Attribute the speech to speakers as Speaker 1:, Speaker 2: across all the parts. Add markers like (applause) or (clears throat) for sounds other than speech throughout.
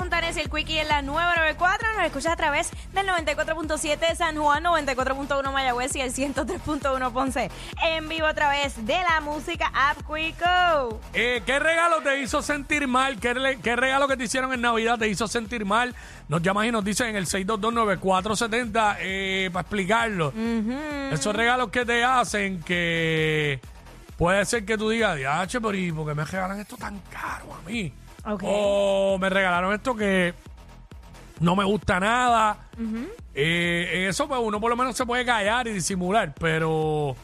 Speaker 1: Quiñones y el Quickie en la 994. Nos escuchas a través del 94.7 de San Juan, 94.1 Mayagüez y el 103.1 Ponce. En vivo a través de la música App Quico.
Speaker 2: Eh, ¿Qué regalo te hizo sentir mal? ¿Qué, le- qué regalo que te hicieron en Navidad te hizo sentir mal? Nos llamas y nos dicen en el 6229470 eh, para explicarlo. Esos regalos que te hacen que puede ser que tú digas, diache, pero ¿y por qué me regalan esto tan caro a mí?
Speaker 1: Ok.
Speaker 2: O me regalaron esto que no me gusta nada. Eh, en eso pues uno por lo menos se puede callar y disimular, pero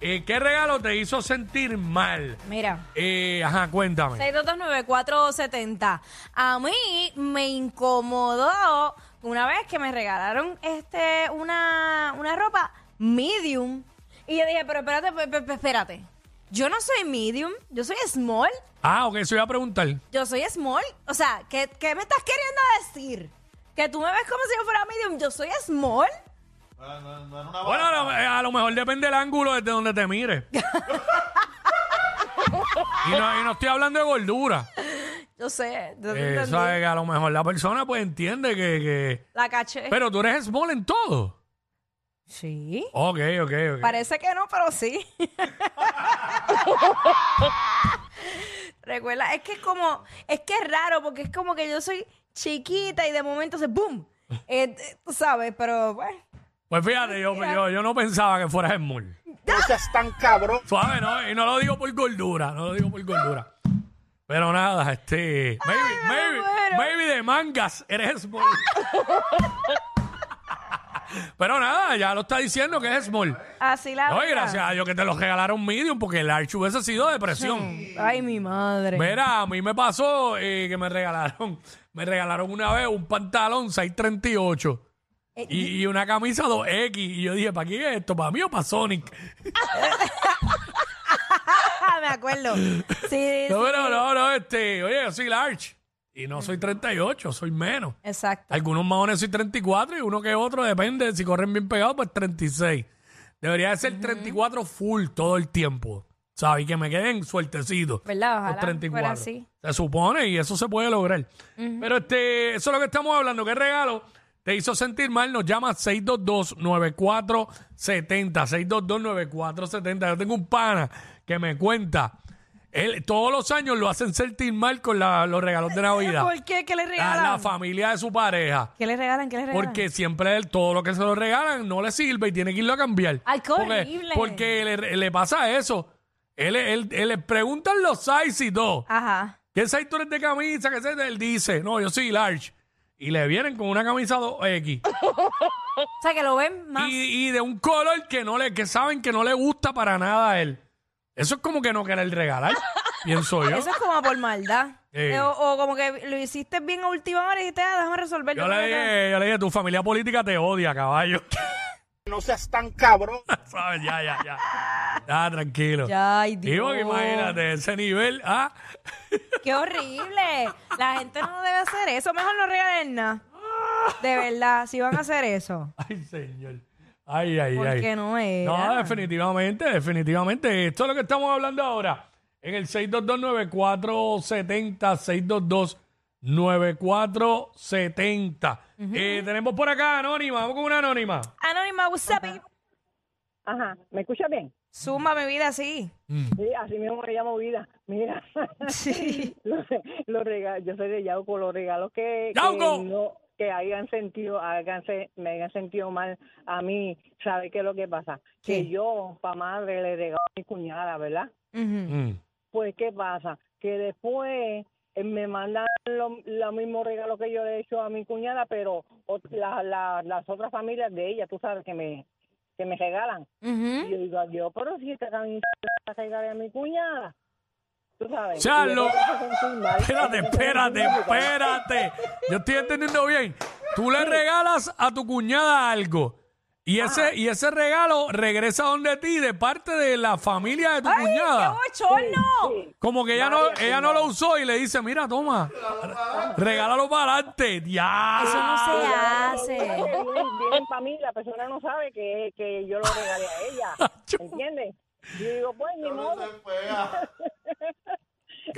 Speaker 2: eh, ¿qué regalo te hizo sentir mal?
Speaker 1: Mira.
Speaker 2: Eh, ajá, cuéntame.
Speaker 1: 6229470. A mí me incomodó una vez que me regalaron este una, una ropa medium. Y yo dije, pero espérate, pe- pe- pe- espérate. Yo no soy medium, yo soy small.
Speaker 2: Ah, ok, eso iba a preguntar.
Speaker 1: Yo soy small. O sea, ¿qué, qué me estás queriendo decir? ¿Que tú me ves como si yo fuera medium? Yo soy small.
Speaker 3: No, no, no era una
Speaker 2: Bueno,
Speaker 3: bala.
Speaker 2: a lo, eh, a lo mejor depende del ángulo desde donde
Speaker 1: (laughs)
Speaker 2: te mires. y, no, y no estoy hablando de gordura.
Speaker 1: Yo sé. yo te
Speaker 2: Eh,
Speaker 1: entendí.
Speaker 2: sabes que a lo mejor la persona pues entiende que, que-
Speaker 1: La caché.
Speaker 2: Pero tú eres small en todo.
Speaker 1: sí.
Speaker 2: Ok, ok, ok.
Speaker 1: Parece que no, pero sí. (laughs) Recuerda, es que es como, es que es raro porque es como que yo soy chiquita y de momento se ¡boom! Eh, eh, tú sabes, pero bueno.
Speaker 2: Pues fíjate, yo, yo, yo no pensaba que fueras small.
Speaker 4: No seas tan cabrón.
Speaker 2: Suave, ¿no? Y no lo digo por gordura, no lo digo por gordura. Pero nada, este... Maybe,
Speaker 1: me
Speaker 2: maybe,
Speaker 1: muero.
Speaker 2: maybe de mangas eres small. (laughs) Pero nada, ya lo está diciendo que es small.
Speaker 1: Así la
Speaker 2: Oye,
Speaker 1: vida.
Speaker 2: gracias a Dios que te lo regalaron medium porque el arch hubiese sido depresión.
Speaker 1: Ay, mi madre.
Speaker 2: Mira, a mí me pasó eh, que me regalaron, (laughs) me regalaron una vez un pantalón 638
Speaker 1: Eh,
Speaker 2: y, y una camisa 2X. Y yo dije, ¿para quién es esto? ¿Para mí o para Sonic?
Speaker 1: Ah, me acuerdo. Sí,
Speaker 2: (laughs)
Speaker 1: sí,
Speaker 2: No, pero no, no, este, oye, yo soy large y no soy 38, soy menos.
Speaker 1: Exacto.
Speaker 2: Algunos maones soy 34 y uno que otro, depende, si corren bien pegados, pues 36. Debería de ser 34 full todo el tiempo, ¿sabes? Y que me queden sueltecitos.
Speaker 1: ¿Verdad?
Speaker 2: los
Speaker 1: Ojalá fuera así.
Speaker 2: Se supone y eso se puede lograr. Pero este, eso es lo que estamos hablando. ¿Qué regalo te hizo sentir mal? Nos llama 622-9470. 622-9470. Yo tengo un pana que me cuenta. Él, todos los años lo hacen sentir mal con la- los regalos
Speaker 1: (laughs)
Speaker 2: de Navidad.
Speaker 1: ¿Por qué? ¿Qué le
Speaker 2: La,
Speaker 1: regalan?
Speaker 2: la familia de su pareja.
Speaker 1: ¿Qué le regalan? ¿Qué le regalan?
Speaker 2: Porque siempre él, todo lo que se lo regalan no le sirve y tiene que irlo a cambiar.
Speaker 1: Ay, qué
Speaker 2: Porque-
Speaker 1: horrible.
Speaker 2: Porque le, le pasa eso. Él, él- él le preguntan los size y todo.
Speaker 1: Ajá.
Speaker 2: ¿Qué size tú eres de camisa? ¿Qué size? Él dice, no, yo soy large. Y le vienen con una camisa 2X.
Speaker 1: O sea, que lo ven (laughs) más.
Speaker 2: y, y de un color que no le, que saben que no le gusta para nada a él. Eso es como que no querer
Speaker 1: (laughs)
Speaker 2: regalar, pienso yo.
Speaker 1: Eso es como por maldad.
Speaker 2: Eh.
Speaker 1: Eh, O, o como que lo hiciste bien a última hora y dijiste, ah, déjame resolverlo.
Speaker 2: Yo le dije, yo le dije, tu familia política te odia, caballo.
Speaker 4: No seas tan cabrón.
Speaker 2: ¿Sabes? Ya, ya, ya. Ya, tranquilo.
Speaker 1: Ya, ay, Dios.
Speaker 2: Digo que imagínate, ese nivel, ah,
Speaker 1: Qué horrible. La gente no debe hacer eso. Mejor no regalen nada. De verdad, si van a hacer
Speaker 2: (laughs)
Speaker 1: eso.
Speaker 2: ay, señor. Ay, ay, ay.
Speaker 1: Porque no es.
Speaker 2: No, definitivamente, definitivamente. Esto es lo que estamos hablando ahora. En el 6229470, 6229470. Eh, tenemos por acá Anónima, vamos con una Anónima.
Speaker 1: Anónima Wasabi.
Speaker 5: Ajá, ¿me escucha bien?
Speaker 1: Suma mi vida así.
Speaker 5: Sí, así mismo me llamo vida. Mira, (laughs)
Speaker 1: Sí.
Speaker 5: los, los rega- yo soy de Yauco, los regalos que, que,
Speaker 2: ¡Yauco!
Speaker 5: no- que hayan sentido, hagan se- me hayan sentido mal a mí, ¿sabe qué es lo que pasa?
Speaker 1: ¿Qué?
Speaker 5: Que yo, pa' madre, le regalo a mi cuñada, ¿verdad?
Speaker 1: Ujú.
Speaker 2: Mm.
Speaker 5: Pues, ¿qué pasa? Que después eh, me mandan los mismos regalos que yo le he hecho a mi cuñada, pero ot- la- la- las otras familias de ella, tú sabes, que me, que me regalan. Y
Speaker 1: Ujú.
Speaker 5: yo digo, adiós, pero si esta camisa la regalé a mi cuñada. Tú sabes.
Speaker 2: Ya,
Speaker 5: Y eso
Speaker 2: lo-
Speaker 5: me hace sentir mal.
Speaker 2: Espérate,
Speaker 5: Eso me hace
Speaker 2: espérate,
Speaker 5: sentir mal, porque-
Speaker 2: espérate. Yo estoy entendiendo bien. Tú le regalas a tu cuñada algo y ese, y ese regalo regresa donde ti de parte de la familia de tu
Speaker 1: ¡Ay, qué
Speaker 2: cuñada.
Speaker 1: bochorno!
Speaker 2: Como que ella no, ella no lo usó y le dice, mira, toma, regálalo para adelante. Ya.
Speaker 1: Eso no se hace.
Speaker 5: Vienen, vienen para mí, la persona no sabe que, que yo lo regalé
Speaker 2: (laughs)
Speaker 5: pues, a ella. ¿Entiendes? Y yo digo, pues ni modo.
Speaker 3: Se fue a-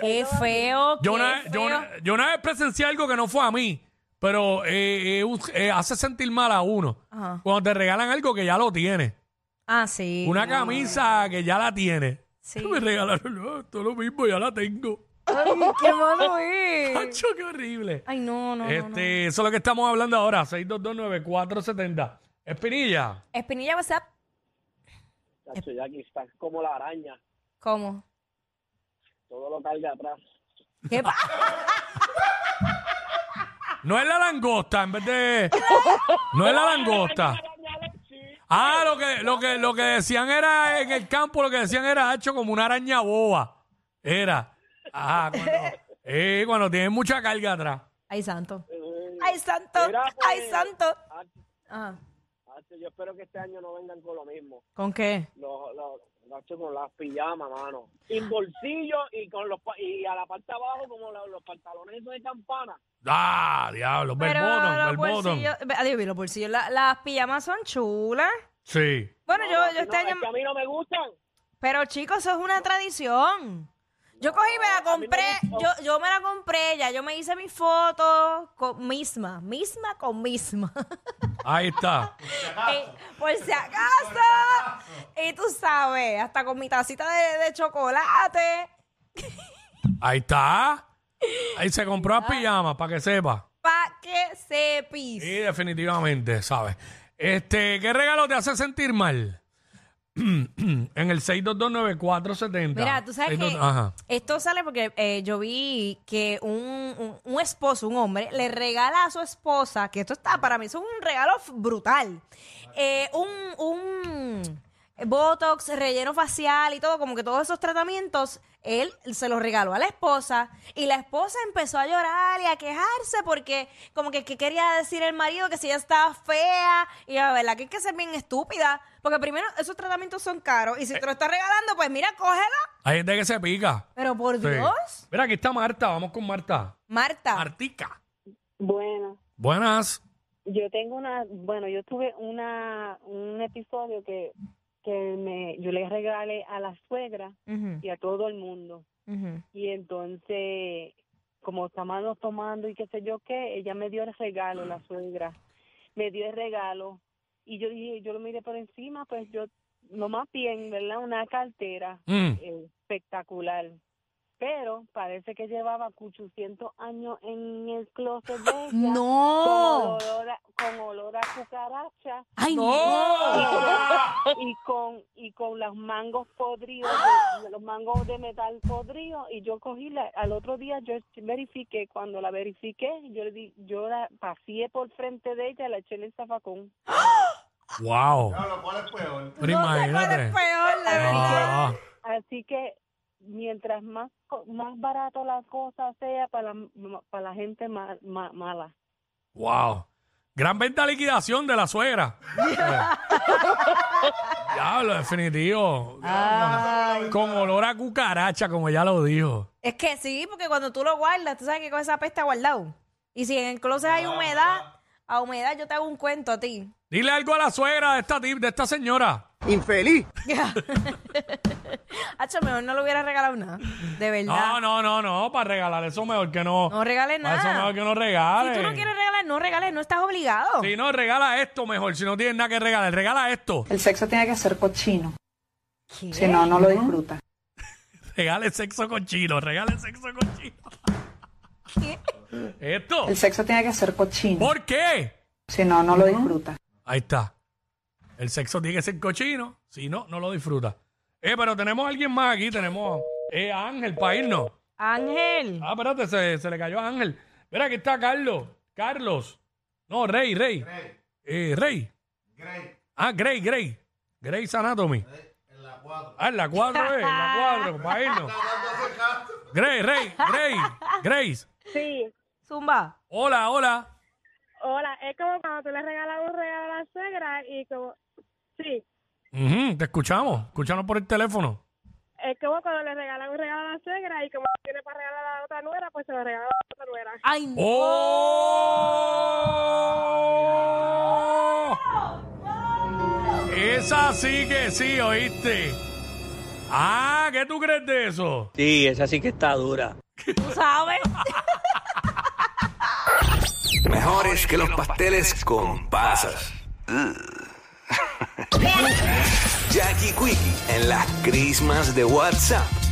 Speaker 1: Qué feo. qué
Speaker 2: Yo una, yo,
Speaker 1: feo.
Speaker 2: una, yo una vez presencié algo que no fue a mí, pero eh, eh, un- eh, hace sentir mal a uno.
Speaker 1: Ajá.
Speaker 2: Cuando te regalan algo que ya lo tienes.
Speaker 1: Ah, sí.
Speaker 2: Una camisa que ya la tienes.
Speaker 1: Sí.
Speaker 2: (laughs) Me regalaron no, todo lo mismo, ya la tengo.
Speaker 1: Ay,
Speaker 2: (laughs)
Speaker 1: qué malo es.
Speaker 2: ¡Cacho, qué horrible!
Speaker 1: Ay, no, no, no, no.
Speaker 2: este, Eso es lo que estamos hablando ahora, 6229470. Espinilla,
Speaker 1: Espinilla WhatsApp,
Speaker 5: Chacho, Jackie está como la araña,
Speaker 1: ¿cómo?
Speaker 5: todo lo carga atrás.
Speaker 1: ¿Qué pasa?
Speaker 2: no es la langosta, en vez de... No es la langosta. Ah, lo que, lo que, lo que decían era en el campo, lo que decían era hecho como una araña boba. Era. Ajá, cuando, eh, cuando tienen mucha carga atrás.
Speaker 1: Ay, santo. Ay, santo.
Speaker 5: Eh, Mira, pues.
Speaker 1: Ay, santo. Ajá.
Speaker 5: yo espero que este año no vengan con lo mismo.
Speaker 1: ¿Con qué?
Speaker 5: Los, los, chacho, con las pijamas, mano. Sin bolsillo y con los pa- y a la parte de abajo como la- los pantalones esos de campana.
Speaker 2: Ah, diablo, verboton,
Speaker 1: los
Speaker 2: verboton.
Speaker 1: bolsillos, ve- adiós, vi los bolsillos, la- las pijamas son chulas.
Speaker 2: Sí.
Speaker 1: Bueno,
Speaker 5: No,
Speaker 1: yo,
Speaker 5: no,
Speaker 1: yo este
Speaker 5: no, es
Speaker 1: año,
Speaker 5: que a mí no me gustan.
Speaker 1: pero chicos, eso es una tradición. Yo cogí, y me la
Speaker 5: No, a mí me
Speaker 1: compré, yo,
Speaker 5: gusta.
Speaker 1: yo me la compré ya, yo me hice mis fotos con misma, misma con misma. (laughs)
Speaker 2: Ahí está.
Speaker 1: Eh, por si acaso. Y tú sabes, hasta con mi tacita de, de chocolate.
Speaker 2: Ahí está. Ahí se compró
Speaker 1: Ah.
Speaker 2: las pijamas, para que sepa.
Speaker 1: Pa' que se pise.
Speaker 2: Sí, definitivamente, ¿sabes? Este, ¿qué regalo te hace sentir mal? (clears throat) en el 6229470.
Speaker 1: Mira, tú sabes
Speaker 2: 62
Speaker 1: que
Speaker 2: Ajá.
Speaker 1: esto sale porque eh, yo vi que un, un- un esposo, un hombre, le regala a su esposa, que esto está para mí, eso es un regalo f- brutal, eh, un, un botox, relleno facial y todo, como que todos esos tratamientos, él se los regaló a la esposa y la esposa empezó a llorar y a quejarse porque como que, que quería decir el marido que si ella estaba fea y la verdad que hay que ser bien estúpida. Porque primero, esos tratamientos son caros y si te lo está regalando, pues mira, cógelo.
Speaker 2: Hay gente que se pica.
Speaker 1: Pero por
Speaker 2: Sí.
Speaker 1: Dios,
Speaker 2: Mira, aquí está Marta. Vamos con Marta.
Speaker 1: Marta.
Speaker 2: Martica.
Speaker 6: Bueno,
Speaker 2: Buenas.
Speaker 6: yo tengo una, bueno, yo tuve una, un episodio que, que me, yo le regalé a la suegra
Speaker 1: Ujú,
Speaker 6: y a todo el mundo.
Speaker 1: ujú.
Speaker 6: Y entonces, como estábamos tomando y qué sé yo qué, ella me dio el regalo, la suegra, me dio el regalo. Y yo dije, yo lo miré por encima, pues yo, lo más bien, ¿verdad? Una cartera
Speaker 2: Mm.
Speaker 6: eh, espectacular. Pero parece que llevaba 800 años en el closet de ella. Con
Speaker 1: No.
Speaker 6: olor a, con olor a cucaracha
Speaker 1: Ay, ¡Oh!
Speaker 2: ¡No!
Speaker 6: (laughs) y con y con los mangos podridos, de- de los mangos de metal podridos y yo cogí la, al otro día yo verifiqué cuando la verifiqué yo le di yo la pasé por frente de ella la eché en el zafacón.
Speaker 2: ¡Wow!
Speaker 3: Claro, ¿cuál es peor?
Speaker 2: Pero
Speaker 1: no sé cuál
Speaker 2: imagínate.
Speaker 1: es peor, la verdad.
Speaker 2: Ah,
Speaker 6: Así que mientras más co- más barato la cosa sea para la, para la gente ma- ma- mala.
Speaker 2: ¡Wow! Gran venta liquidación de
Speaker 1: (laughs)
Speaker 2: la suegra. Eh. Diablo, definitivo. Con olor a cucaracha, como ya lo dijo.
Speaker 1: Es que sí, porque cuando tú lo guardas, tú sabes que con esa peste ha guardado. Y si en el closet hay humedad, a humedad yo te hago un cuento a ti.
Speaker 2: Dile algo a la suegra de esta tip, de esta señora.
Speaker 4: Infeliz.
Speaker 1: Hacho, mejor no le hubiera regalado nada. De verdad.
Speaker 2: No, no, no, no. Para regalar eso mejor que no.
Speaker 1: No regales
Speaker 2: Para eso
Speaker 1: nada.
Speaker 2: mejor que no regale.
Speaker 1: Si tú no quieres regalar, no regales, no estás obligado.
Speaker 2: Si no, regala esto mejor. Si no tienes nada que regalar, regala esto.
Speaker 7: El sexo tiene que ser cochino,
Speaker 1: ¿Qué?
Speaker 7: si no, no lo disfruta.
Speaker 2: Regale sexo con chino. Regale sexo con chino.
Speaker 1: ¿Qué?
Speaker 2: Esto.
Speaker 7: El sexo tiene que ser cochino,
Speaker 2: ¿Por qué?
Speaker 7: si no, no lo disfruta.
Speaker 2: Ahí está. El sexo tiene que ser cochino. Si no, no lo disfruta. Eh, pero tenemos a alguien más aquí. Tenemos eh, a Ángel para irnos.
Speaker 1: Ángel.
Speaker 2: Ah, espérate, se, se le cayó a Ángel. Mira, aquí está Carlos. Carlos. No, Rey, Rey.
Speaker 3: Grey,
Speaker 2: Eh, Rey.
Speaker 3: Grey,
Speaker 2: Ah, Grey, Grey. Grey's Anatomy.
Speaker 3: en la 4.
Speaker 2: Ah, en la 4, eh. en la
Speaker 3: (laughs)
Speaker 2: 4, para irnos. Grey, Rey, Grey. Grace.
Speaker 6: Sí.
Speaker 1: Zumba.
Speaker 2: Hola, hola.
Speaker 6: Hola, es como cuando tú le regalas un regalo a la suegra y como sí,
Speaker 2: Ujú, te escuchamos. Escuchanos por el teléfono.
Speaker 6: Es como cuando le regalan un regalo a la suegra y como no tiene para regalar a la otra nuera, pues se lo regala a la otra nuera.
Speaker 1: Ay, no.
Speaker 2: ¡Oh! ¡Oh! Esa sí que sí, oíste. Ah, ¿qué tú crees de eso?
Speaker 8: Sí, esa sí que está dura.
Speaker 2: Oh.
Speaker 1: Tú sabes.
Speaker 9: Mejores que los pasteles con pasas. Ugh. (laughs) Jackie Quickie en las crismas de WhatsApp.